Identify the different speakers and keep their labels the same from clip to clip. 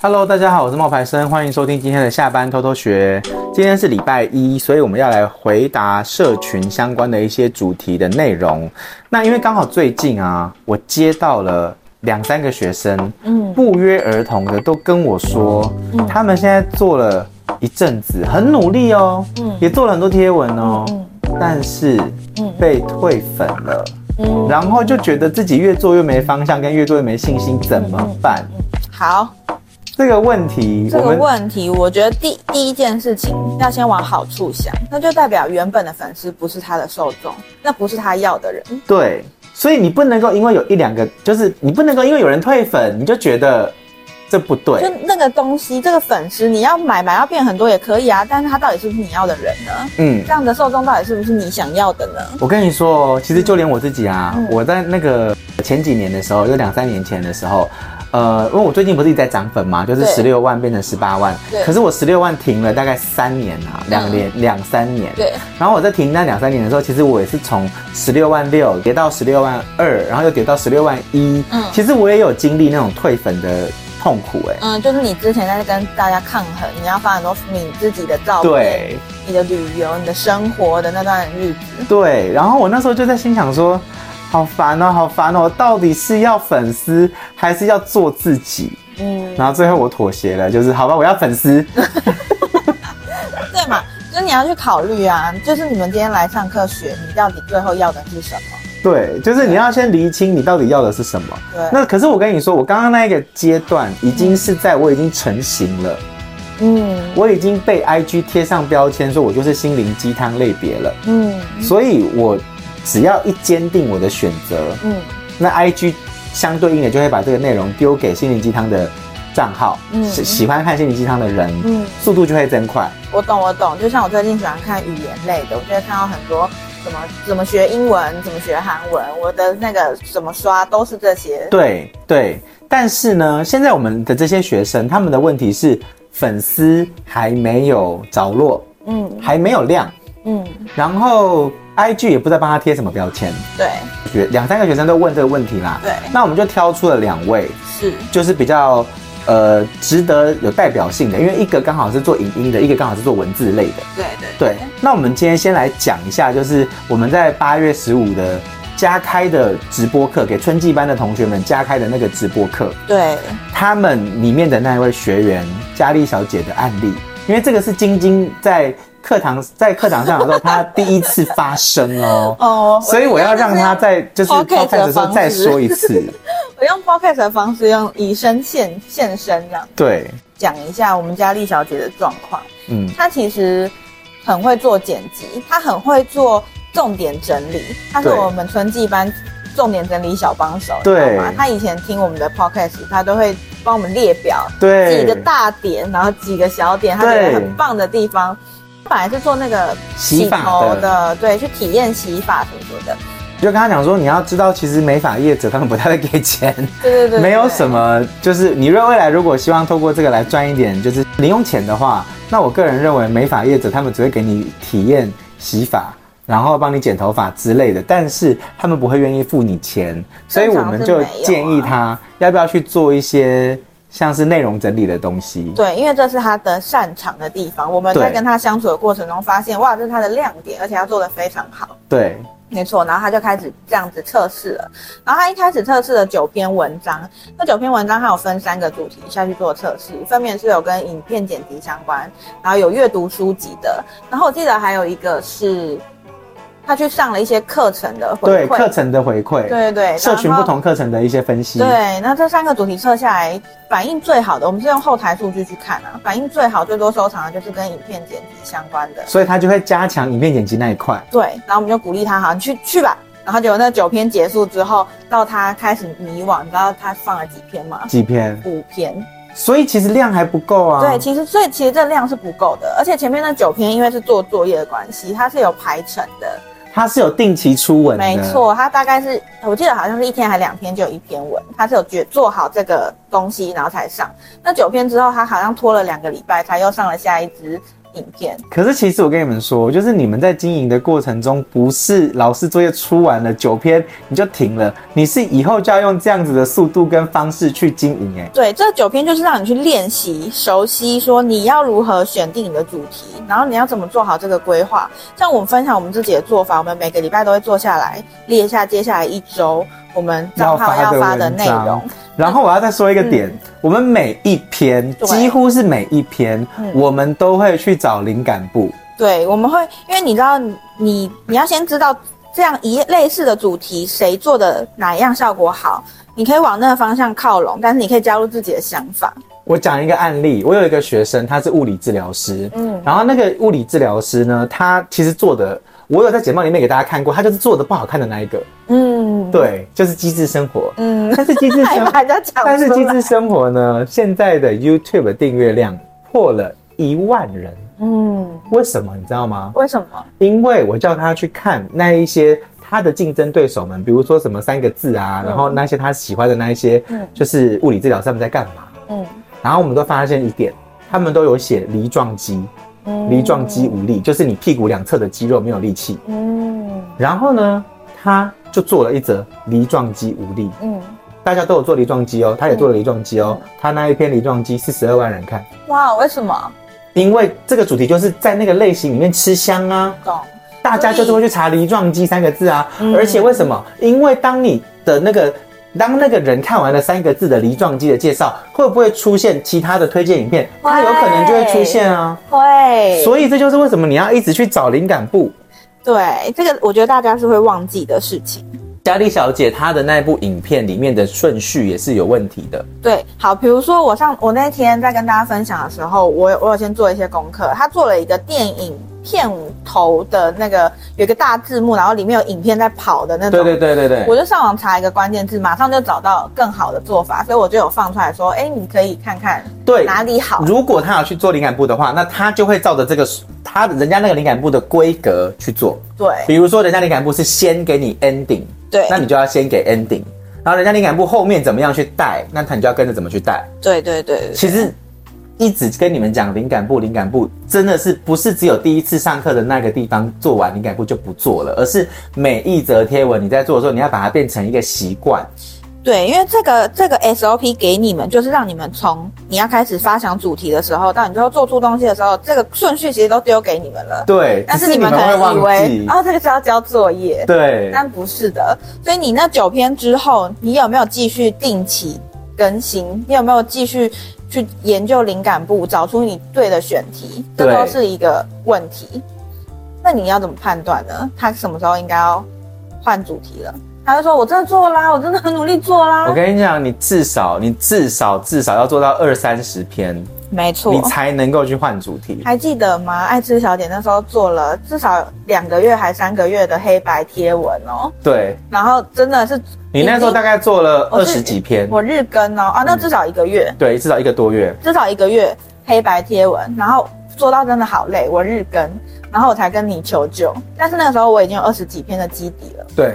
Speaker 1: Hello，大家好，我是冒牌生，欢迎收听今天的下班偷偷学。今天是礼拜一，所以我们要来回答社群相关的一些主题的内容。那因为刚好最近啊，我接到了。两三个学生，嗯，不约而同的都跟我说，
Speaker 2: 嗯
Speaker 1: 他们现在做了一阵子，很努力哦，嗯，也做了很多贴文哦，
Speaker 2: 嗯
Speaker 1: 但是被退粉了，然后就觉得自己越做越没方向，跟越做越没信心，怎么办？
Speaker 2: 好，
Speaker 1: 这个问题，
Speaker 2: 嗯这
Speaker 1: 我
Speaker 2: 个
Speaker 1: 们
Speaker 2: 问题，我觉得第第一件事情要先往好处想，那就代表原本的粉丝不是他的受众，那不是他要的人。
Speaker 1: 对，所以你不能够因为有一两个，就是你不能够因为有人退粉，你就觉得这不
Speaker 2: 就
Speaker 1: 对。
Speaker 2: 那个东西，这个粉丝你要买买要变很多也可以啊，但是他到底是不是你要的人呢？
Speaker 1: 嗯
Speaker 2: 这，样的受众到底是不是你想要的呢？
Speaker 1: 我跟你说哦，其实就连我自己啊，
Speaker 2: 嗯
Speaker 1: 我在那个前几年的时候，就两三年前的时候。呃，因为我最近不是一直在涨粉嘛，就是十
Speaker 2: 对
Speaker 1: 六万变成十八万
Speaker 2: 对，
Speaker 1: 可是我十六万停了大概三年啊，两年两、三年，
Speaker 2: 对，
Speaker 1: 然后我在停那两三年的时候，其实我也是从十六万六跌到十六万二，然后又跌到十六万一。
Speaker 2: 嗯
Speaker 1: 其实我也有经历那种退粉的痛苦、哎、
Speaker 2: 嗯，就是你之前在跟大家抗衡，你要发很多你自己的照片，
Speaker 1: 对
Speaker 2: 你的旅游、你的生活的那段日子，
Speaker 1: 对。然后我那时候就在心想说，好烦哦，好烦哦，到底是要粉丝还是要做自己？
Speaker 2: 嗯，
Speaker 1: 然后最后我妥协了，就是好吧，我要粉 丝。
Speaker 2: 对嘛？就是你要去考虑啊，就是你们今天来上课学，你到底最后要的是什么？
Speaker 1: 对，就是你要先厘清你到底要的是什么。
Speaker 2: 对
Speaker 1: 那可是我跟你说，我刚刚那一个阶段已经是在我已经成型了。
Speaker 2: 嗯
Speaker 1: 我已经被 IG 贴上标签，说我就是心灵鸡汤类别了，
Speaker 2: 嗯
Speaker 1: 所以我只要一坚定我的选择，
Speaker 2: 嗯
Speaker 1: 那 IG 相对应的就会把这个内容丢给心灵鸡汤的账号，
Speaker 2: 嗯
Speaker 1: 喜喜欢看心灵鸡汤的人，
Speaker 2: 嗯，
Speaker 1: 速度就会增快。
Speaker 2: 我懂我懂。就像我最近喜欢看语言类的，我就会看到很多怎么怎么学英文，怎么学韩文，我的那个怎么刷都是这些。
Speaker 1: 对对，但是呢，现在我们的这些学生，他们的问题是粉丝还没有着落，
Speaker 2: 嗯
Speaker 1: 还没有亮，
Speaker 2: 嗯，
Speaker 1: 然后 IG 也不知道帮他贴什么标签。
Speaker 2: 对
Speaker 1: 学两三个学生都问这个问题啦，
Speaker 2: 对
Speaker 1: 那我们就挑出了两位，
Speaker 2: 是，
Speaker 1: 就是比较呃值得有代表性的，因为一个刚好是做影音的，一个刚好是做文字类的。
Speaker 2: 对对
Speaker 1: 对，那我们今天先来讲一下，就是我们在八月十五的加开的直播课，给春季班的同学们加开的那个直播课，
Speaker 2: 对，
Speaker 1: 他们里面的那一位学员佳丽小姐的案例，因为这个是晶晶在课堂在课堂上的时候，她第一次发生 哦。
Speaker 2: 哦
Speaker 1: 所以我要让她在就是
Speaker 2: podcast 的
Speaker 1: 的时候再
Speaker 2: 方式
Speaker 1: 说一次，
Speaker 2: 我用 podcast 的方式，用以身现现身这样
Speaker 1: 对，
Speaker 2: 讲一下我们家丽小姐的状况。
Speaker 1: 嗯，
Speaker 2: 她其实很会做剪辑，她很会做重点整理，她是
Speaker 1: 对
Speaker 2: 我们春季班重点整理小帮手，
Speaker 1: 对
Speaker 2: 你知道吗？她以前听我们的 podcast，她都会帮我们列表
Speaker 1: 对，
Speaker 2: 几个大点，然后几个小点，她觉
Speaker 1: 对
Speaker 2: 得很棒的地方。她本来是做那个
Speaker 1: 洗
Speaker 2: 洗
Speaker 1: 发的
Speaker 2: 头的，对，去体验洗发什么什么的，
Speaker 1: 就跟他讲说，你要知道，其实美发业者他们不太会给钱，
Speaker 2: 对对对对，
Speaker 1: 没有什么，就是你若未来如果希望透过这个来赚一点就是零用钱的话，那我个人认为美发业者他们只会给你体验洗发。然后帮你剪头发之类的，但是他们不会愿意付你钱，所以我们就
Speaker 2: 正常是没有啊
Speaker 1: 建议他要不要去做一些像是内容整理的东西。
Speaker 2: 对，因为这是他的擅长的地方。我们在
Speaker 1: 对
Speaker 2: 跟他相处的过程中，发现哇，这是他的亮点，而且他做的非常好。
Speaker 1: 对
Speaker 2: 没错，然后他就开始这样子测试了。然后他一开始测试了九篇文章，那九篇文章他有分三个主题下去做测试，分别是有跟影片剪辑相关，然后有阅读书籍的，然后我记得还有一个是他去上了一些课程的回
Speaker 1: 对，
Speaker 2: 馈，
Speaker 1: 课程的回馈，
Speaker 2: 对对对，
Speaker 1: 社群
Speaker 2: 然
Speaker 1: 不
Speaker 2: 后
Speaker 1: 同课程的一些分析。
Speaker 2: 对，那这三个主题测下来，反应最好的，我们是用后台数据去看啊，反应最好、最多收藏的就是跟影片剪辑相关的。
Speaker 1: 所以他就会加强影片剪辑那一块。
Speaker 2: 对，然后我们就鼓励他，好，你去去吧。然后结果那九篇结束之后，到他开始迷惘，你知道他放了几篇吗？
Speaker 1: 几篇，
Speaker 2: 五篇。
Speaker 1: 所以其实量还不够啊。
Speaker 2: 对，其实所以其实这量是不够的，而且前面那九篇因为是做作业的关系，它是有排程的。
Speaker 1: 它是有定期出文的，
Speaker 2: 没。错，他大概是我记得好像是一天还两天就有一篇文，他是有觉做好这个东西，然后才上。那九篇之后，他好像拖了两个礼拜，才又上了下一支影片。
Speaker 1: 可是其实我跟你们说，就是你们在经营的过程中，不是老师作业出完了九篇你就停了，你是以后就要用这样子的速度跟方式去经营、欸。哎，
Speaker 2: 对，这九篇就是让你去练习、熟悉，说你要如何选定你的主题，然后你要怎么做好这个规划。像我们分享我们自己的做法，我们每个礼拜都会坐下来列一下接下来一周我们账号要发的内
Speaker 1: 要发的文
Speaker 2: 容
Speaker 1: 章。然后我要再说一个
Speaker 2: 嗯
Speaker 1: 点，我们每一篇
Speaker 2: 对
Speaker 1: 几乎是每一篇，
Speaker 2: 嗯
Speaker 1: 我们都会去找灵感部。
Speaker 2: 对，我们会，因为你知道你，你你要先知道这样一类似的主题谁做的哪样效果好，你可以往那个方向靠拢，但是你可以加入自己的想法。
Speaker 1: 我讲一个案例，我有一个学生，他是物理治疗师，嗯
Speaker 2: 嗯，
Speaker 1: 然后那个物理治疗师呢，他其实做的，我有在简报里面给大家看过，他就是做的不好看的那一个，
Speaker 2: 嗯，，
Speaker 1: 对，就是机智生活，
Speaker 2: 嗯，
Speaker 1: 但是机智
Speaker 2: 害
Speaker 1: 生
Speaker 2: 怕人家讲出来，
Speaker 1: 但是机智生活呢，现在的 YouTube 的订阅量破了一万人，
Speaker 2: 嗯，
Speaker 1: 为什么你知道吗？
Speaker 2: 为什么？
Speaker 1: 因为我叫他去看那一些他的竞争对手们，比如说什么三个字啊，然后那些他喜欢的那一些，
Speaker 2: 嗯
Speaker 1: 就是物理治疗师他们在干嘛，
Speaker 2: 嗯
Speaker 1: 然后我们都发现一点，他们都有写梨状肌，
Speaker 2: 嗯
Speaker 1: 梨状肌，无力，就是你屁股两侧的肌肉没有力气。
Speaker 2: 嗯
Speaker 1: 然后呢，他就做了一则梨状肌无力，
Speaker 2: 嗯，
Speaker 1: 大家都有做梨状肌哦，他也做了梨状肌哦，他那一篇梨状肌四十二万人看，
Speaker 2: 哇，为什么？
Speaker 1: 因为这个主题就是在那个类型里面吃香啊，
Speaker 2: 懂，
Speaker 1: 大家就是会去查梨状肌三个字啊，
Speaker 2: 嗯
Speaker 1: 而且为什么？因为当你的那个。当那个人看完了三个字的梨状肌的介绍，会不会出现其他的推荐影片？他有可能就会出现啊。
Speaker 2: 会，
Speaker 1: 所以这就是为什么你要一直去找灵感部。
Speaker 2: 对这个，我觉得大家是会忘记的事情。
Speaker 1: 佳丽小姐她的那部影片里面的顺序也是有问题的。
Speaker 2: 对，好，比如说我上我那天在跟大家分享的时候，我有我有先做一些功课，他做了一个电影片头的那个有一个大字幕，然后里面有影片在跑的那种。
Speaker 1: 对对对对对
Speaker 2: 我，就上网查一个关键字，马上就找到更好的做法，所以我就有放出来说，哎，你可以看看
Speaker 1: 对。
Speaker 2: 哪里好。
Speaker 1: 如果她要去做灵感部的话，那她就会照着这个她人家那个灵感部的规格去做。
Speaker 2: 对
Speaker 1: 比如说，人家灵感部是先给你 ending，
Speaker 2: 对
Speaker 1: 那你就要先给 ending。然后人家灵感部后面怎么样去带，那他你就要跟着怎么去带。
Speaker 2: 对对对对，
Speaker 1: 其实一直跟你们讲灵感部，灵感部真的是不是只有第一次上课的那个地方做完灵感部就不做了，而是每一则贴文你在做的时候，你要把它变成一个习惯。
Speaker 2: 对，因为这个这个 SOP 给你们，就是让你们从你要开始发想主题的时候，到你最后做出东西的时候，这个顺序其实都丢给你们了。
Speaker 1: 对，
Speaker 2: 但是
Speaker 1: 只
Speaker 2: 你们可
Speaker 1: 会
Speaker 2: 能以
Speaker 1: 忘
Speaker 2: 为
Speaker 1: 记。
Speaker 2: 哦，这个是要交作业，
Speaker 1: 对，
Speaker 2: 但不是的。所以你那九篇之后，你有没有继续定期更新？你有没有继续去研究灵感部，找出你对的选题？这
Speaker 1: 对
Speaker 2: 都是一个问题。那你要怎么判断呢？他什么时候应该要换主题了？他就说：“我真的做啦，我真的很努力做啦。
Speaker 1: 我跟你讲，你至少你至少至少要做到二三十篇，
Speaker 2: 没
Speaker 1: 你
Speaker 2: 错。
Speaker 1: 才能够去换主题。
Speaker 2: 还记得吗？爱吃小姐那时候做了至少两个月还三个月的黑白贴文哦，
Speaker 1: 对
Speaker 2: 然后真的是
Speaker 1: 你那时候大概做了二
Speaker 2: 我是
Speaker 1: 十几篇，
Speaker 2: 我日更哦，啊，那至少一个月，
Speaker 1: 对，至少一个多月。
Speaker 2: 至少一个月黑白贴文，然后做到真的好累，我日更，然后我才跟你求救。但是那个时候我已经有二十几篇的基底了，
Speaker 1: 对，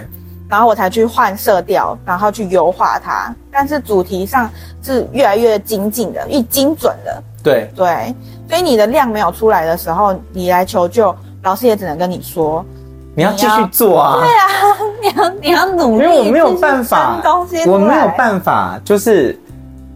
Speaker 2: 然后我才去换色调，然后去优化它。但是主题上是越来越精进的，越精准的，
Speaker 1: 对，
Speaker 2: 对。所以你的量没有出来的时候，你来求救，老师也只能跟你说，
Speaker 1: 你要
Speaker 2: 你
Speaker 1: 继
Speaker 2: 要
Speaker 1: 续做啊。
Speaker 2: 对啊， 你要你要努
Speaker 1: 因
Speaker 2: 力，
Speaker 1: 为我没有办法
Speaker 2: 继续生东西，出
Speaker 1: 我
Speaker 2: 来
Speaker 1: 没有办法，就是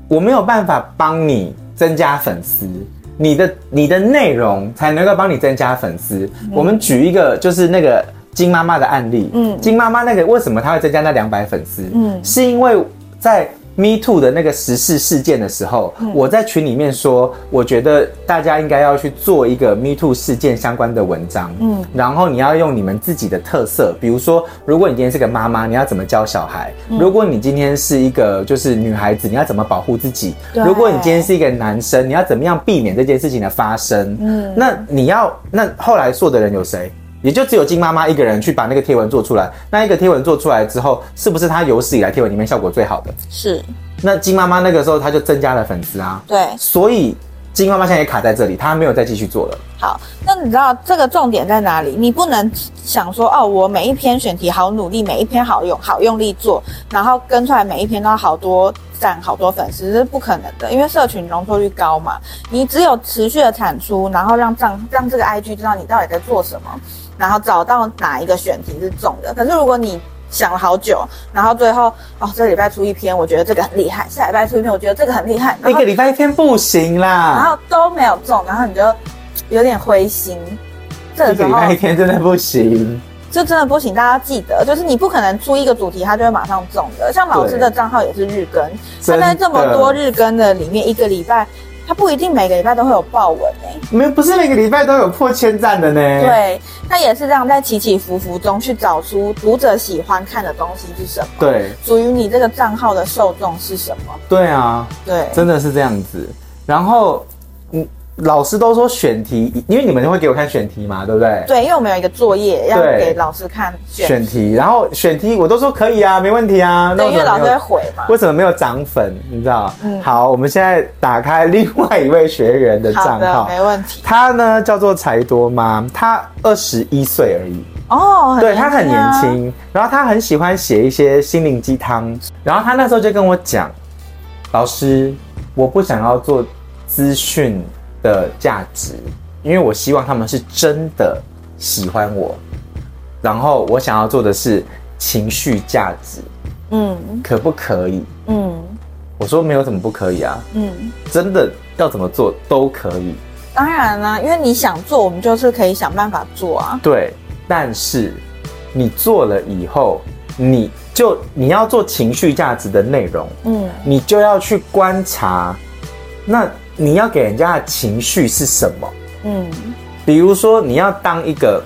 Speaker 1: 我没有办法帮你增加粉丝，你的你的内容才能够帮你增加粉丝。
Speaker 2: 嗯
Speaker 1: 我们举一个就是那个金妈妈的案例，嗯，
Speaker 2: 嗯
Speaker 1: 金妈妈那个为什么她会增加那两百粉丝？嗯
Speaker 2: 嗯，
Speaker 1: 是因为在 Me Too 的那个时事事件的时候，
Speaker 2: 嗯
Speaker 1: 我在群里面说，我觉得大家应该要去做一个 Me Too 事件相关的文章，嗯
Speaker 2: 嗯，
Speaker 1: 然后你要用你们自己的特色，比如说，如果你今天是个妈妈，你要怎么教小孩？
Speaker 2: 嗯
Speaker 1: 如果你今天是一个就是女孩子，你要怎么保护自己？
Speaker 2: 对
Speaker 1: 如果你今天是一个男生，你要怎么样避免这件事情的发生？嗯
Speaker 2: 嗯，
Speaker 1: 那你要那后来做的人有谁？也就只有金妈妈一个人去把那个贴文做出来。那一个贴文做出来之后，是不是她有史以来贴文里面效果最好的？
Speaker 2: 是，
Speaker 1: 那金妈妈那个时候她就增加了粉丝啊，
Speaker 2: 对，
Speaker 1: 所以金妈妈现在也卡在这里，她没有再继续做了。
Speaker 2: 好，那你知道这个重点在哪里？你不能想说哦，我每一篇选题好努力，每一篇好用好用力做，然后跟出来每一篇都好多赞、好多粉丝，这是不可能的，因为社群容错率高嘛。你只有持续的产出，然后让账让这个 IG 知道你到底在做什么，然后找到哪一个选题是中的。可是如果你想了好久，然后最后哦，这礼拜出一篇，我觉得这个很厉害；下礼拜出一篇，我觉得这个很厉害。然
Speaker 1: 一
Speaker 2: 后
Speaker 1: 个礼拜一天不行
Speaker 2: 然
Speaker 1: 啦，
Speaker 2: 后都没有中，然后你就有点灰心。这
Speaker 1: 一
Speaker 2: 个时
Speaker 1: 个礼
Speaker 2: 候
Speaker 1: 拜一天真的不行。
Speaker 2: 就真的不行，大家记得，就是你不可能出一个主题，它就会马上中的。像老师的账号也是日更，
Speaker 1: 真
Speaker 2: 他
Speaker 1: 的
Speaker 2: 在这么多日更的里面，一个礼拜，他不一定每个礼拜都会有爆文诶、
Speaker 1: 没不是每个礼拜都有破千赞的呢。，
Speaker 2: 对，他也是这样在起起伏伏中去找出读者喜欢看的东西是什么，
Speaker 1: 对
Speaker 2: 属于你这个账号的受众是什么。
Speaker 1: 对啊，
Speaker 2: 对，
Speaker 1: 真的是这样子。然后，嗯，老师都说选题，因为你们会给我看选题嘛，对不对？
Speaker 2: 对，因为我们有一个作业要
Speaker 1: 对
Speaker 2: 给老师看选，
Speaker 1: 选题，然后选题我都说可以啊，没问题啊。那
Speaker 2: 对，
Speaker 1: 为
Speaker 2: 因
Speaker 1: 什
Speaker 2: 为
Speaker 1: 么
Speaker 2: 老师
Speaker 1: 没
Speaker 2: 会
Speaker 1: 有？
Speaker 2: 回嘛。
Speaker 1: 为什么没有涨粉？你知道？
Speaker 2: 嗯
Speaker 1: 好，我们现在打开另外一位学员的
Speaker 2: 好
Speaker 1: 账
Speaker 2: 的，
Speaker 1: 号，
Speaker 2: 没问题。
Speaker 1: 他呢叫做财多妈，他二十一岁而已。
Speaker 2: 哦，
Speaker 1: 对他很年
Speaker 2: 啊，
Speaker 1: 轻，然后他很喜欢写一些心灵鸡汤，然后他那时候就跟我讲，老师，我不想要做资讯的价值，因为我希望他们是真的喜欢我，然后我想要做的是情绪价值，
Speaker 2: 嗯
Speaker 1: 可不可以？
Speaker 2: 嗯
Speaker 1: 我说没有什么不可以啊，
Speaker 2: 嗯。
Speaker 1: 真的要怎么做都可以，
Speaker 2: 当然啦、因为你想做，我们就是可以想办法做啊。
Speaker 1: 对，但是你做了以后，你就你要做情绪价值的内容。
Speaker 2: 嗯，
Speaker 1: 你就要去观察，那你要给人家的情绪是什么？
Speaker 2: 嗯
Speaker 1: 比如说，你要当一个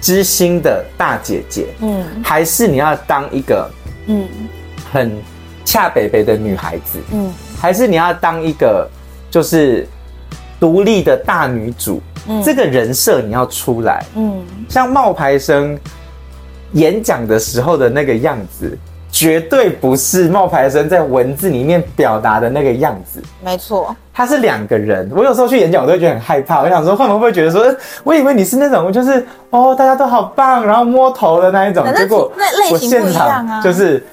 Speaker 1: 知心的大姐姐，
Speaker 2: 嗯
Speaker 1: 还是你要当一个
Speaker 2: 嗯
Speaker 1: 很恰北北的女孩子，
Speaker 2: 嗯
Speaker 1: 还是你要当一个就是独立的大女主？
Speaker 2: 嗯
Speaker 1: 这个人设你要出来，
Speaker 2: 嗯，
Speaker 1: 像冒牌生演讲的时候的那个样子，绝对不是冒牌生在文字里面表达的那个样子。
Speaker 2: 没错。
Speaker 1: 他是两个人，我有时候去演讲，我都会觉得很害怕。我想说，会不会觉得说，呃我以为你是那种就是哦，大家都好棒，然后摸头的那一种
Speaker 2: 反，
Speaker 1: 结
Speaker 2: 正
Speaker 1: 果
Speaker 2: 那类
Speaker 1: 我
Speaker 2: 型不
Speaker 1: 现
Speaker 2: 一样啊
Speaker 1: 场就是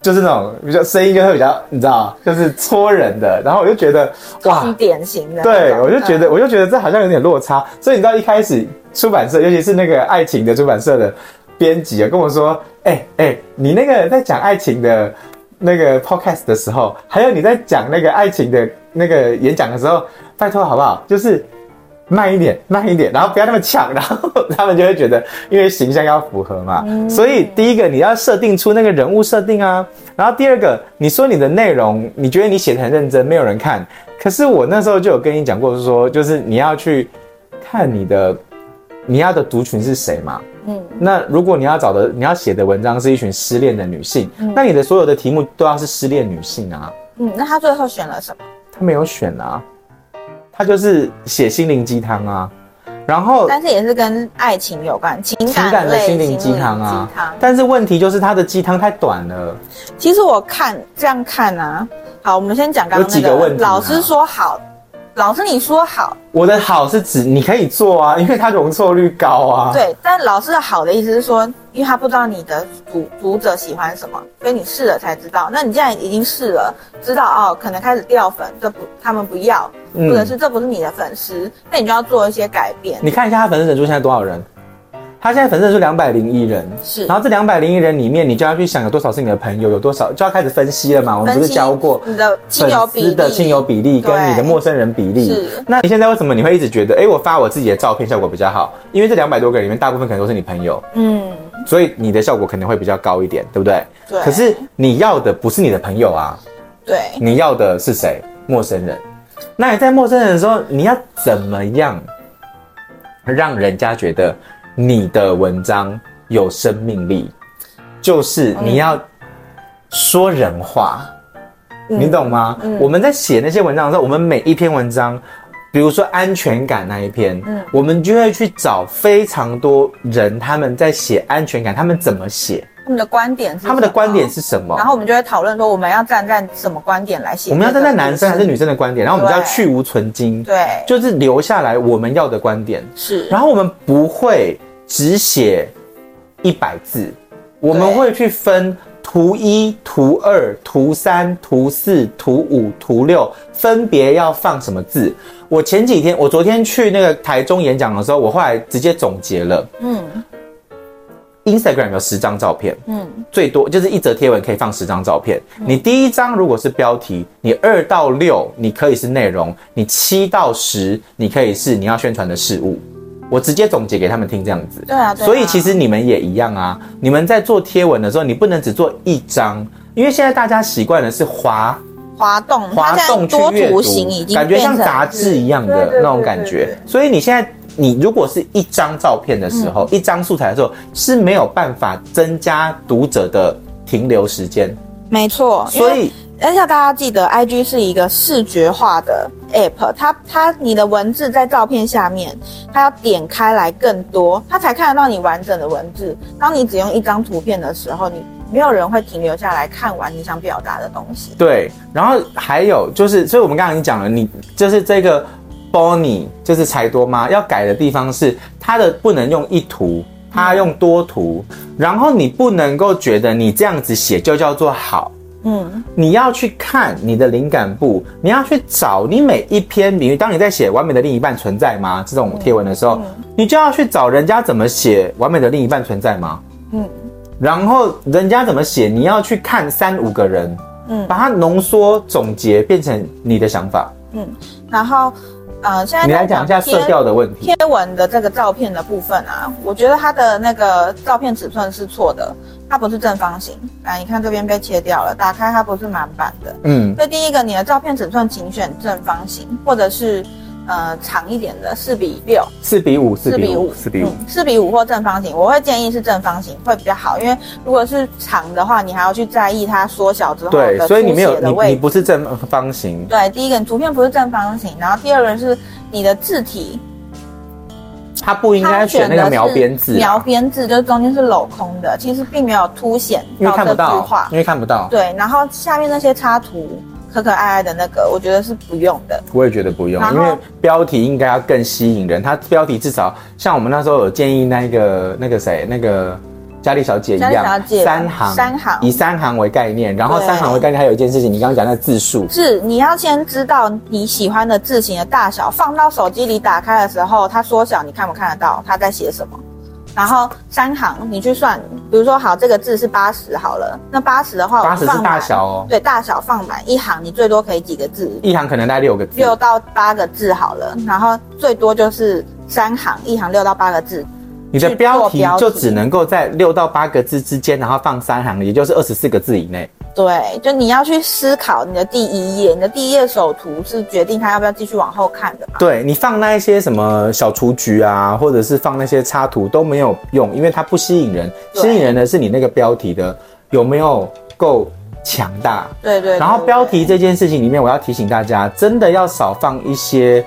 Speaker 1: 就是那种比较声音就会比较，你知道，就是戳人的。然后我就觉得哇
Speaker 2: 是，典型的那
Speaker 1: 对
Speaker 2: 种。嗯
Speaker 1: 我就觉得我就觉得这好像有点落差。所以你知道一开始出版社，尤其是那个爱情的出版社的编辑啊，跟我说，哎、哎、你那个在讲爱情的。那个 podcast 的时候，还有你在讲那个爱情的那个演讲的时候，拜托好不好？就是慢一点，慢一点，然后不要那么呛，然后 他们就会觉得，因为形象要符合嘛，
Speaker 2: 嗯
Speaker 1: 所以第一个你要设定出那个人物设定啊，然后第二个你说你的内容，你觉得你写的很认真，没有人看，可是我那时候就有跟你讲过说就是你要去看你的你要的族群是谁嘛，
Speaker 2: 嗯
Speaker 1: 那如果你要找的你要写的文章是一群失恋的女性，那你的所有的题目都要是失恋女性啊，
Speaker 2: 嗯，那他最后选了什么？
Speaker 1: 他没有选啊，他就是写心灵鸡汤啊，然后
Speaker 2: 但是也是跟爱情有关，情
Speaker 1: 情
Speaker 2: 感
Speaker 1: 感的
Speaker 2: 类
Speaker 1: 心灵鸡汤
Speaker 2: 心灵
Speaker 1: 啊
Speaker 2: 鸡汤。
Speaker 1: 但是问题就是它的鸡汤太短了，
Speaker 2: 其实我看这样看啊，好，我们先讲刚
Speaker 1: 有
Speaker 2: 刚
Speaker 1: 几
Speaker 2: 那
Speaker 1: 个问题啊
Speaker 2: 老师说好，老师你说好，
Speaker 1: 我的好是指你可以做啊，因为它容错率高啊。，
Speaker 2: 对，但老师的好的意思是说，因为他不知道你的读读者喜欢什么，所以你试了才知道。那你既然已经试了，知道哦，可能开始掉粉，这不他们不要，
Speaker 1: 嗯
Speaker 2: 或者是这不是你的粉丝，那你就要做一些改变。
Speaker 1: 你看一下它粉丝人数现在多少人？它现在粉丝人数两百零一人，
Speaker 2: 是
Speaker 1: 然后这两百零一人里面，你就要去想有多少是你的朋友，有多少就要开始分析了嘛。我们不
Speaker 2: 分
Speaker 1: 是
Speaker 2: 析
Speaker 1: 教过
Speaker 2: 你的亲
Speaker 1: 粉
Speaker 2: 友比
Speaker 1: 丝
Speaker 2: 例
Speaker 1: 的亲友比例跟
Speaker 2: 对
Speaker 1: 你的陌生人比例
Speaker 2: 是。
Speaker 1: 那你现在为什么你会一直觉得，哎，我发我自己的照片效果比较好？因为这两百多个人里面，大部分可能都是你朋友。
Speaker 2: 嗯，
Speaker 1: 所以你的效果可能会比较高一点，对不对？
Speaker 2: 对
Speaker 1: 可是你要的不是你的朋友啊，
Speaker 2: 对，
Speaker 1: 你要的是谁？陌生人。那你在陌生人的时候，你要怎么样让人家觉得你的文章有生命力？就是你要说人话，
Speaker 2: 嗯
Speaker 1: 你懂吗？我们在写那些文章的时候，我们每一篇文章。比如说安全感那一篇，
Speaker 2: 嗯
Speaker 1: 我们就会去找非常多人他们在写安全感，他们怎么写，
Speaker 2: 他们的观点是什么
Speaker 1: 他们的观点，是什么
Speaker 2: 然？后我们就会讨论说我们要站在什么观点来写。
Speaker 1: 我们要站在男生还是？女生的观点，然后我们就要
Speaker 2: 对
Speaker 1: 去无存精，
Speaker 2: 对，
Speaker 1: 就是留下来我们要的观点。
Speaker 2: 是，
Speaker 1: 然后我们不会只写一百字，我们
Speaker 2: 对
Speaker 1: 会去分图一、图二、图三、图四、图五、图六，分别要放什么字。我前几天，我昨天去那个台中演讲的时候，我后来直接总结了
Speaker 2: 嗯
Speaker 1: Instagram 有十张照片，
Speaker 2: 嗯，
Speaker 1: 最多就是一则贴文可以放十张照片。你第一张如果是标题，你二到六你可以是内容，你七到十你可以是你要宣传的事物。我直接总结给他们听这样子。
Speaker 2: 对啊，对啊
Speaker 1: 所以其实你们也一样啊，你们在做贴文的时候，你不能只做一张，因为现在大家习惯的是滑
Speaker 2: 滑动，
Speaker 1: 滑
Speaker 2: 它现在
Speaker 1: 动去
Speaker 2: 多
Speaker 1: 阅
Speaker 2: 图
Speaker 1: 读
Speaker 2: 形已经
Speaker 1: 感觉像
Speaker 2: 变成
Speaker 1: 杂志一样
Speaker 2: 对对
Speaker 1: 的
Speaker 2: 对
Speaker 1: 那种
Speaker 2: 对
Speaker 1: 感
Speaker 2: 对
Speaker 1: 觉。所以你现在。你如果是一张照片的时
Speaker 2: 嗯
Speaker 1: 候，一张素材的时候是没有办法增加读者的停留时间，
Speaker 2: 没错，因为
Speaker 1: 所以
Speaker 2: 而且大家记得，IG 是一个视觉化的 app，它它你的文字在照片下面，它要点开来更多，它才看得到你完整的文字。当你只用一张图片的时候，你没有人会停留下来看完你想表达的东西。
Speaker 1: 对，然后还有就是，所以我们刚刚已经讲了，你就是这个 Bonnie 就是柴多妈要改的地方是，它的不能用一图，
Speaker 2: 嗯
Speaker 1: 它用多图，然后你不能够觉得你这样子写就叫做好。
Speaker 2: 嗯，
Speaker 1: 你要去看你的灵感部，你要去找你每一篇，比如当你在写《完美的另一半存在吗》这种贴文的时
Speaker 2: 嗯
Speaker 1: 候，你就要去找人家怎么写《完美的另一半存在吗》，嗯
Speaker 2: 嗯，
Speaker 1: 然后人家怎么写，你要去看三五个人，嗯
Speaker 2: 嗯，
Speaker 1: 把它浓缩总结变成你的想法。
Speaker 2: 然后，呃，现在
Speaker 1: 你来
Speaker 2: 在
Speaker 1: 讲一下
Speaker 2: 贴
Speaker 1: 色调的问题，
Speaker 2: 贴文的这个照片的部分啊，我觉得它的那个照片尺寸是错的，它不是正方形。来，你看这边被切掉了，打开它不是满版的。
Speaker 1: 嗯，
Speaker 2: 所以第一个，你的照片尺寸请选正方形，或者是呃长一点的四比六、
Speaker 1: 四比五，四比五，四
Speaker 2: 四
Speaker 1: 比
Speaker 2: 比
Speaker 1: 五
Speaker 2: 五，、嗯四比五或正方形。我会建议是正方形会比较好，因为如果是长的话，你还要去在意它缩小之后
Speaker 1: 对，
Speaker 2: 的
Speaker 1: 所以你
Speaker 2: 出
Speaker 1: 没有
Speaker 2: 血的
Speaker 1: 你你
Speaker 2: 位置。
Speaker 1: 不是正方形，
Speaker 2: 对，第一个，你图片不是正方形，然后第二个是你的字体，
Speaker 1: 它不应该
Speaker 2: 它
Speaker 1: 选
Speaker 2: 选
Speaker 1: 那
Speaker 2: 的
Speaker 1: 个
Speaker 2: 是
Speaker 1: 描边字啊，
Speaker 2: 描边字就是中间是镂空的，其实并没有凸显
Speaker 1: 因为看不
Speaker 2: 这句
Speaker 1: 到
Speaker 2: 话，。
Speaker 1: 因为看不到，
Speaker 2: 对，然后下面那些插图可可爱爱的那个，我觉得是不用的。
Speaker 1: 我也觉得不用，
Speaker 2: 然
Speaker 1: 因
Speaker 2: 后
Speaker 1: 为标题应该要更吸引人。它标题至少像我们那时候有建议那个那个谁那个佳丽小姐一
Speaker 2: 佳
Speaker 1: 样
Speaker 2: 丽小，姐
Speaker 1: 三行
Speaker 2: 三行
Speaker 1: 以三行为概念，然后
Speaker 2: 对
Speaker 1: 三行为概念还有一件事情，你刚刚讲那个字数，
Speaker 2: 字，你要先知道你喜欢的字型的大小，放到手机里打开的时候，它缩小，你看不看得到它在写什么？然后三行你去算，比如说好这个字是八十好了，那八十的话，我
Speaker 1: 八十是
Speaker 2: 放
Speaker 1: 大
Speaker 2: 满
Speaker 1: 小哦，
Speaker 2: 对大小放满一行，你最多可以几个字？
Speaker 1: 一行可能大概六个字，
Speaker 2: 六到八个字好了，然后最多就是三行，一行六到八个字，
Speaker 1: 你的标题
Speaker 2: 去做标题
Speaker 1: 就只能够在六到八个字之间，然后放三行，也就是二十四个字以内。
Speaker 2: 对，就你要去思考你的第一页，你的第一页首图是决定他要不要继续往后看的嘛？
Speaker 1: 对你放那一些什么小雏菊啊，或者是放那些插图都没有用，因为它不吸引人。
Speaker 2: 对
Speaker 1: 吸引人的是你那个标题的有没有够强大。
Speaker 2: 对对对
Speaker 1: 然后
Speaker 2: 对
Speaker 1: 标题这件事情里面，我要提醒大家，真的要少放一些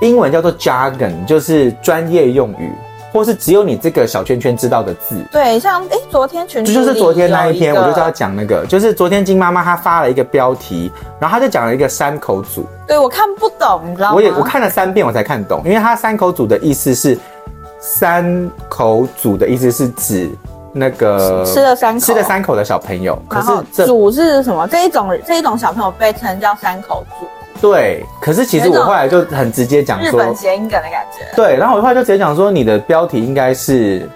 Speaker 1: 英文叫做 jargon，就是专业用语，或是只有你这个小圈圈知道的字。
Speaker 2: 对，像哎，昨天群
Speaker 1: 这
Speaker 2: 组
Speaker 1: 就是
Speaker 2: 里
Speaker 1: 昨天那
Speaker 2: 有
Speaker 1: 一篇，
Speaker 2: 个
Speaker 1: 我就是要讲那个，就是昨天金妈妈她发了一个标题，然后她就讲了一个山口组，
Speaker 2: 对我看不懂，你知道吗？
Speaker 1: 我也我看了三遍我才看懂，因为它山口组的意思是山口组的意思是指那个
Speaker 2: 吃了山口
Speaker 1: 吃了山口的小朋友，可
Speaker 2: 然
Speaker 1: 是
Speaker 2: 后
Speaker 1: 这
Speaker 2: 主是什么？这一种这一种小朋友被称叫山口组，
Speaker 1: 对，可是其实
Speaker 2: 有一
Speaker 1: 我
Speaker 2: 种
Speaker 1: 后来就很直接讲
Speaker 2: 日
Speaker 1: 说
Speaker 2: 本，谐音梗的感觉。
Speaker 1: 对，然后我后来就直接讲说你的标题应该是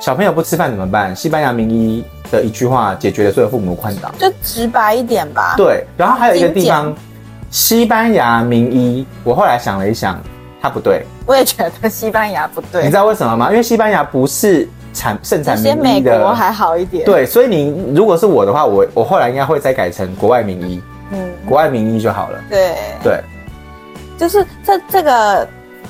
Speaker 1: 小朋友不吃饭怎么办？西班牙名医的一句话解决了所有父母的困扰。
Speaker 2: 就直白一点吧，
Speaker 1: 对，然后还有一个地
Speaker 2: 精
Speaker 1: 方，西班牙名医，我后来想了一想，它不对，
Speaker 2: 我也觉得西班牙不
Speaker 1: 你
Speaker 2: 对
Speaker 1: 知，道为什么吗？因为西班牙不是产盛
Speaker 2: 这
Speaker 1: 产
Speaker 2: 些
Speaker 1: 名
Speaker 2: 美
Speaker 1: 医
Speaker 2: 国
Speaker 1: 的，
Speaker 2: 还好一点。，
Speaker 1: 对，所以你如果是我的话，我我后来应该会再改成国外名医，
Speaker 2: 嗯，
Speaker 1: 国外名医就好了。
Speaker 2: 对，
Speaker 1: 对，
Speaker 2: 就是这这个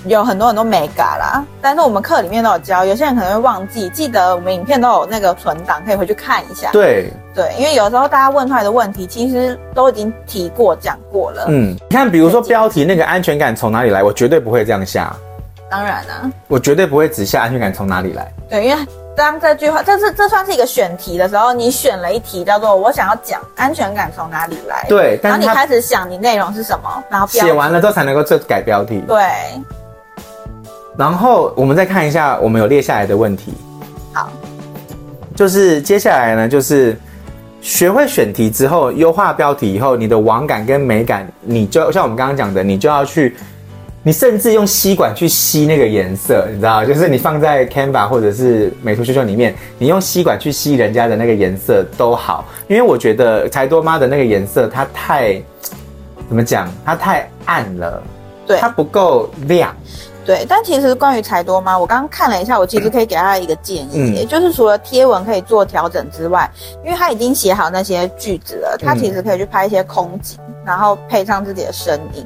Speaker 2: 有很多很多美感啦，但是我们课里面都有教，有些人可能会忘记，记得我们影片都有那个存档，可以回去看一下。
Speaker 1: 对，
Speaker 2: 对，因为有时候大家问出来的问题，其实都已经提过讲过了。
Speaker 1: 嗯，你看，比如说标题那个安全感从哪里来，我绝对不会这样下，
Speaker 2: 当然啦、啊
Speaker 1: 我绝对不会只下安全感从哪里来。
Speaker 2: 对，因为当这句话，这是这算是一个选题的时候，你选了一题叫做“我想要讲安全感从哪里来”，，
Speaker 1: 对，
Speaker 2: 然后
Speaker 1: 但
Speaker 2: 你
Speaker 1: 是他
Speaker 2: 开始想你内容是什么，然后标
Speaker 1: 写完了之后才能够再改标题。
Speaker 2: 对，
Speaker 1: 然后我们再看一下我们有列下来的问题，
Speaker 2: 好，
Speaker 1: 就是接下来呢，就是学会选题之后，优化标题以后，你的网感跟美感，你就像我们刚刚讲的，你就要去，你甚至用吸管去吸那个颜色，你知道吗，就是你放在 Canva 或者是美图秀秀里面，你用吸管去吸人家的那个颜色都好，因为我觉得柴多妈的那个颜色它太怎么讲，它太暗了，
Speaker 2: 对
Speaker 1: 它不够亮，
Speaker 2: 对，但其实关于财多妈，我刚刚看了一下，我其实可以给他一个建议，
Speaker 1: 嗯
Speaker 2: 也就是除了贴文可以做调整之外，因为他已经写好那些句子了，他
Speaker 1: 嗯
Speaker 2: 其实可以去拍一些空景，然后配上自己的声音，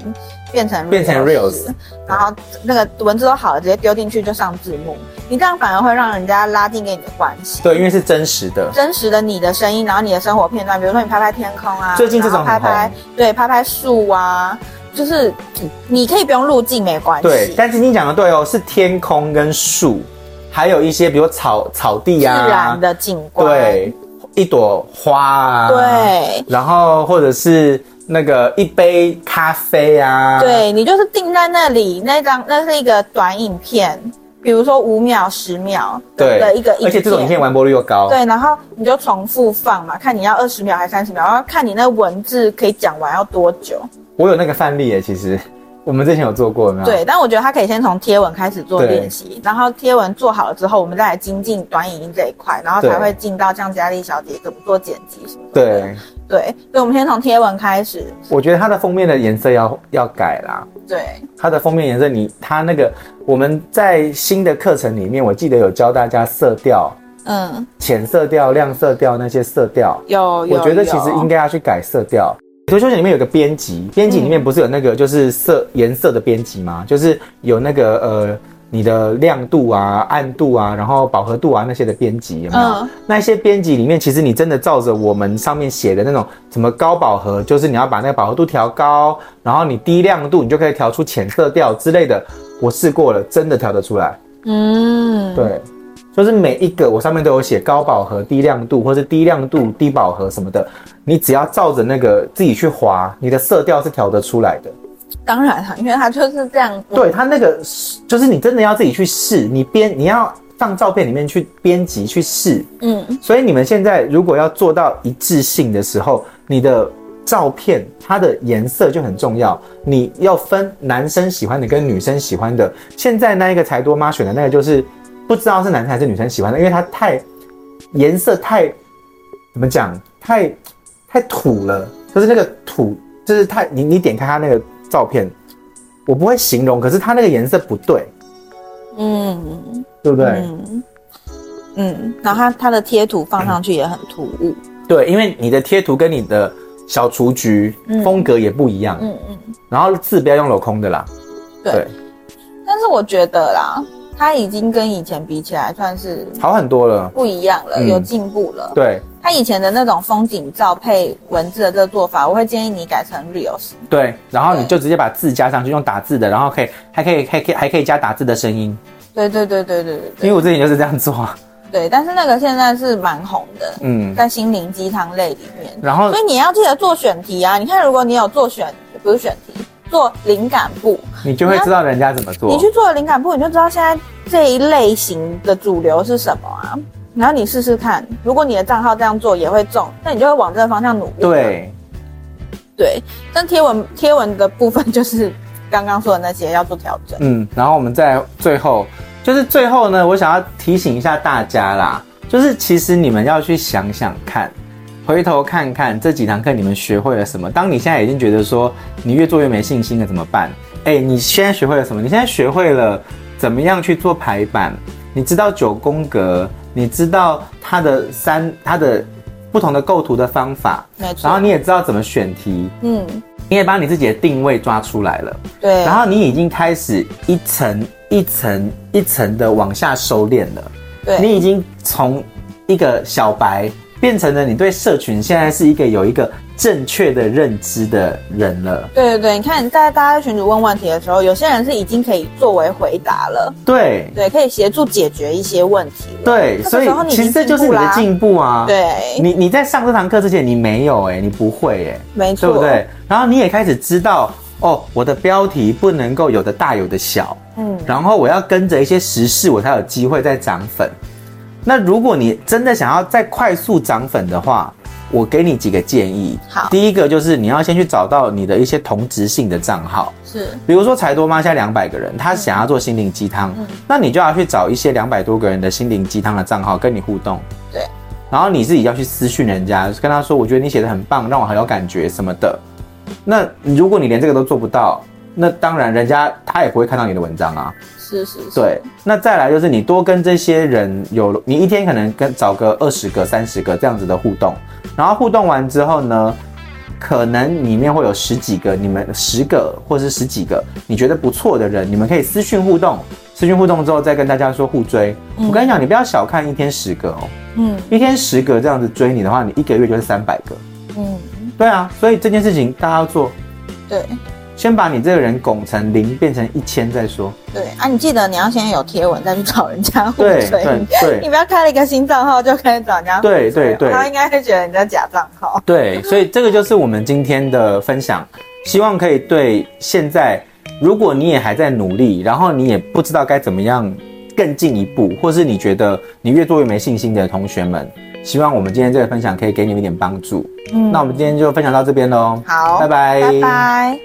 Speaker 2: 变成
Speaker 1: 变成 reels
Speaker 2: 然后那个文字都好了，直接丢进去就上字幕，你这样反而会让人家拉近跟你的关系。
Speaker 1: 对，因为是真实的。
Speaker 2: 真实的你的声音，然后你的生活片段，比如说你拍拍天空啊，
Speaker 1: 最近这种
Speaker 2: 然
Speaker 1: 很
Speaker 2: 后拍
Speaker 1: 红
Speaker 2: 拍对拍拍树啊，就是你你可以不用入镜没关系，
Speaker 1: 对，但是你讲的对哦，是天空跟树，还有一些比如草草地
Speaker 2: 自
Speaker 1: 啊，
Speaker 2: 然的景观，
Speaker 1: 对，一朵花啊，，
Speaker 2: 对
Speaker 1: 然后或者是那个一杯咖啡啊，，
Speaker 2: 对，你就是定在那里，那张那是一个短影片，比如说五秒、十秒
Speaker 1: 对
Speaker 2: 的一个
Speaker 1: 而且这种影片完播率又高，
Speaker 2: 对，然后你就重复放嘛，看你要二十秒还是三十秒，然后看你那文字可以讲完要多久。
Speaker 1: 我有那个范例耶，其实我们之前有做过，有没有？，
Speaker 2: 对，但我觉得他可以先从贴文开始做
Speaker 1: 啊对
Speaker 2: 练习，然后贴文做好了之后，我们再来精进短影音这一块，然后
Speaker 1: 对
Speaker 2: 才会进到像佳丽小姐怎么做剪辑什么的。
Speaker 1: 对，
Speaker 2: 对，所以我们先从贴文开始。
Speaker 1: 我觉得它的封面的颜色要要改啦，
Speaker 2: 对，
Speaker 1: 它的封面颜色你它那个我们在新的课程里面，我记得有教大家色调。
Speaker 2: 嗯，
Speaker 1: 浅色调、亮色调那些色调，
Speaker 2: 有有，
Speaker 1: 我觉得其实
Speaker 2: 有
Speaker 1: 应该要去改色调。图修里面有个编辑，编辑里面不是有那个就是色颜色的编辑吗？就是有那个呃你的亮度啊、暗度啊，然后饱和度啊那些的编辑有没有？
Speaker 2: 嗯
Speaker 1: 那些编辑里面，其实你真的照着我们上面写的那种什么高饱和，就是你要把那个饱和度调高，然后你低亮度，你就可以调出浅色调之类的。我试过了，真的调得出来。
Speaker 2: 嗯，
Speaker 1: 对，就是每一个我上面都有写高饱和、低亮度，或是低亮度、低饱和什么的，你只要照着那个自己去划，你的色调是调得出来的。
Speaker 2: 当然了，因为他就是这样。
Speaker 1: 对，它那个是就是你真的要自己去试，你编你要放照片里面去编辑去试。
Speaker 2: 嗯，
Speaker 1: 所以你们现在如果要做到一致性的时候，你的。照片它的颜色就很重要，你要分男生喜欢的跟女生喜欢的。现在那一个才多妈选的那个就是不知道是男生还是女生喜欢的，因为它太颜色太怎么讲，太太土了，就是那个土，就是太你你点开它那个照片，我不会形容，可是它那个颜色不对，
Speaker 2: 嗯，
Speaker 1: 对不对？
Speaker 2: 嗯，嗯，然后它它的贴图放上去也很突兀。
Speaker 1: 对，因为你的贴图跟你的小雏菊
Speaker 2: 嗯
Speaker 1: 风格也不一样，
Speaker 2: 嗯嗯，
Speaker 1: 然后字不要用镂空的啦。
Speaker 2: 对但是我觉得啦，它已经跟以前比起来算是
Speaker 1: 好很多了。
Speaker 2: 不一样了，
Speaker 1: 嗯
Speaker 2: 有进步了。
Speaker 1: 对
Speaker 2: 它以前的那种风景照配文字的这个做法，我会建议你改成 reels。
Speaker 1: 对，然后你就直接把字加上去，用打字的，然后可以还可以还可以还可以加打字的声音，
Speaker 2: 对对对对对对
Speaker 1: 因
Speaker 2: 对
Speaker 1: 为我之前就是这样做。啊
Speaker 2: 对，但是那个现在是蛮红的，
Speaker 1: 嗯，
Speaker 2: 在心灵鸡汤类里面。
Speaker 1: 然后
Speaker 2: 所以你要记得做选题啊！你看，如果你有做选，不是选题，做灵感部，
Speaker 1: 你就会知道人家怎么做。
Speaker 2: 你去做灵感部，你就知道现在这一类型的主流是什么啊。然后你试试看，如果你的账号这样做也会中，那你就会往这个方向努力。
Speaker 1: 对，
Speaker 2: 对，但贴文贴文的部分就是刚刚说的那些要做调整。
Speaker 1: 嗯，然后我们在最后，就是最后呢，我想要提醒一下大家啦，就是其实你们要去想想看，回头看看这几堂课你们学会了什么。当你现在已经觉得说你越做越没信心了，怎么办？哎，你现在学会了什么？你现在学会了怎么样去做排版？你知道九宫格，你知道它的三它的不同的构图的方法，
Speaker 2: 没
Speaker 1: 然后
Speaker 2: 错，
Speaker 1: 你也知道怎么选题，
Speaker 2: 嗯，
Speaker 1: 你也把你自己的定位抓出来了。
Speaker 2: 对，
Speaker 1: 然后你已经开始一层一层一层的往下收敛了，
Speaker 2: 对，
Speaker 1: 你已经从一个小白变成了你对社群现在是一个有一个正确的认知的人了。
Speaker 2: 对对对，你看，在大家在群主问问题的时候，有些人是已经可以作为回答了，
Speaker 1: 对
Speaker 2: 对，可以协助解决一些问题了。
Speaker 1: 对，
Speaker 2: 这
Speaker 1: 所
Speaker 2: 个
Speaker 1: 以
Speaker 2: 时候你已
Speaker 1: 其
Speaker 2: 经
Speaker 1: 实这就是你的进步啊。，
Speaker 2: 对，
Speaker 1: 你你在上这堂课之前你没有哎、你不会哎、
Speaker 2: 没
Speaker 1: 对
Speaker 2: 错，
Speaker 1: 不对？然后你也开始知道哦，我的标题不能够有的大有的小，
Speaker 2: 嗯，
Speaker 1: 然后我要跟着一些时事，我才有机会再涨粉。那如果你真的想要再快速涨粉的话，我给你几个建议。
Speaker 2: 好
Speaker 1: 第一个就是你要先去找到你的一些同质性的账号，
Speaker 2: 是，
Speaker 1: 比如说财多妈现在两百个人，她想要做心灵鸡汤，
Speaker 2: 嗯
Speaker 1: 那你就要去找一些两百多个人的心灵鸡汤的账号跟你互动。
Speaker 2: 对。
Speaker 1: 然后你自己要去私讯人家，跟他说我觉得你写的很棒，让我很有感觉什么的。那如果你连这个都做不到，那当然人家他也不会看到你的文章啊。
Speaker 2: 是是是，
Speaker 1: 对，那再来就是你多跟这些人有，你一天可能跟找个二十个、三十个这样子的互动，然后互动完之后呢，可能里面会有十几个，你们十个或是十几个你觉得不错的人，你们可以私讯互动，私讯互动之后再跟大家说互追。我跟你讲，你不要小看一天十个哦，
Speaker 2: 嗯
Speaker 1: 一天十个这样子追你的话，你一个月就是三百个。
Speaker 2: 嗯，
Speaker 1: 对啊，所以这件事情大家要做，
Speaker 2: 对
Speaker 1: 先把你这个人拱成零变成一千再说。
Speaker 2: 对啊，你记得你要先有贴文再去找人家互
Speaker 1: 对
Speaker 2: 吹，
Speaker 1: 对对
Speaker 2: 你。不要开了一个新账号就开始找人家互
Speaker 1: 啊对
Speaker 2: 吹
Speaker 1: 对对
Speaker 2: 他应该会觉得你在假账号。
Speaker 1: 对，所以这个就是我们今天的分享，希望可以对现在，如果你也还在努力，然后你也不知道该怎么样更进一步，或是你觉得你越做越没信心的同学们，希望我们今天这个分享可以给你们一点帮助。
Speaker 2: 嗯
Speaker 1: 那我们今天就分享到这边喽，
Speaker 2: 好，
Speaker 1: 拜拜，
Speaker 2: 拜拜。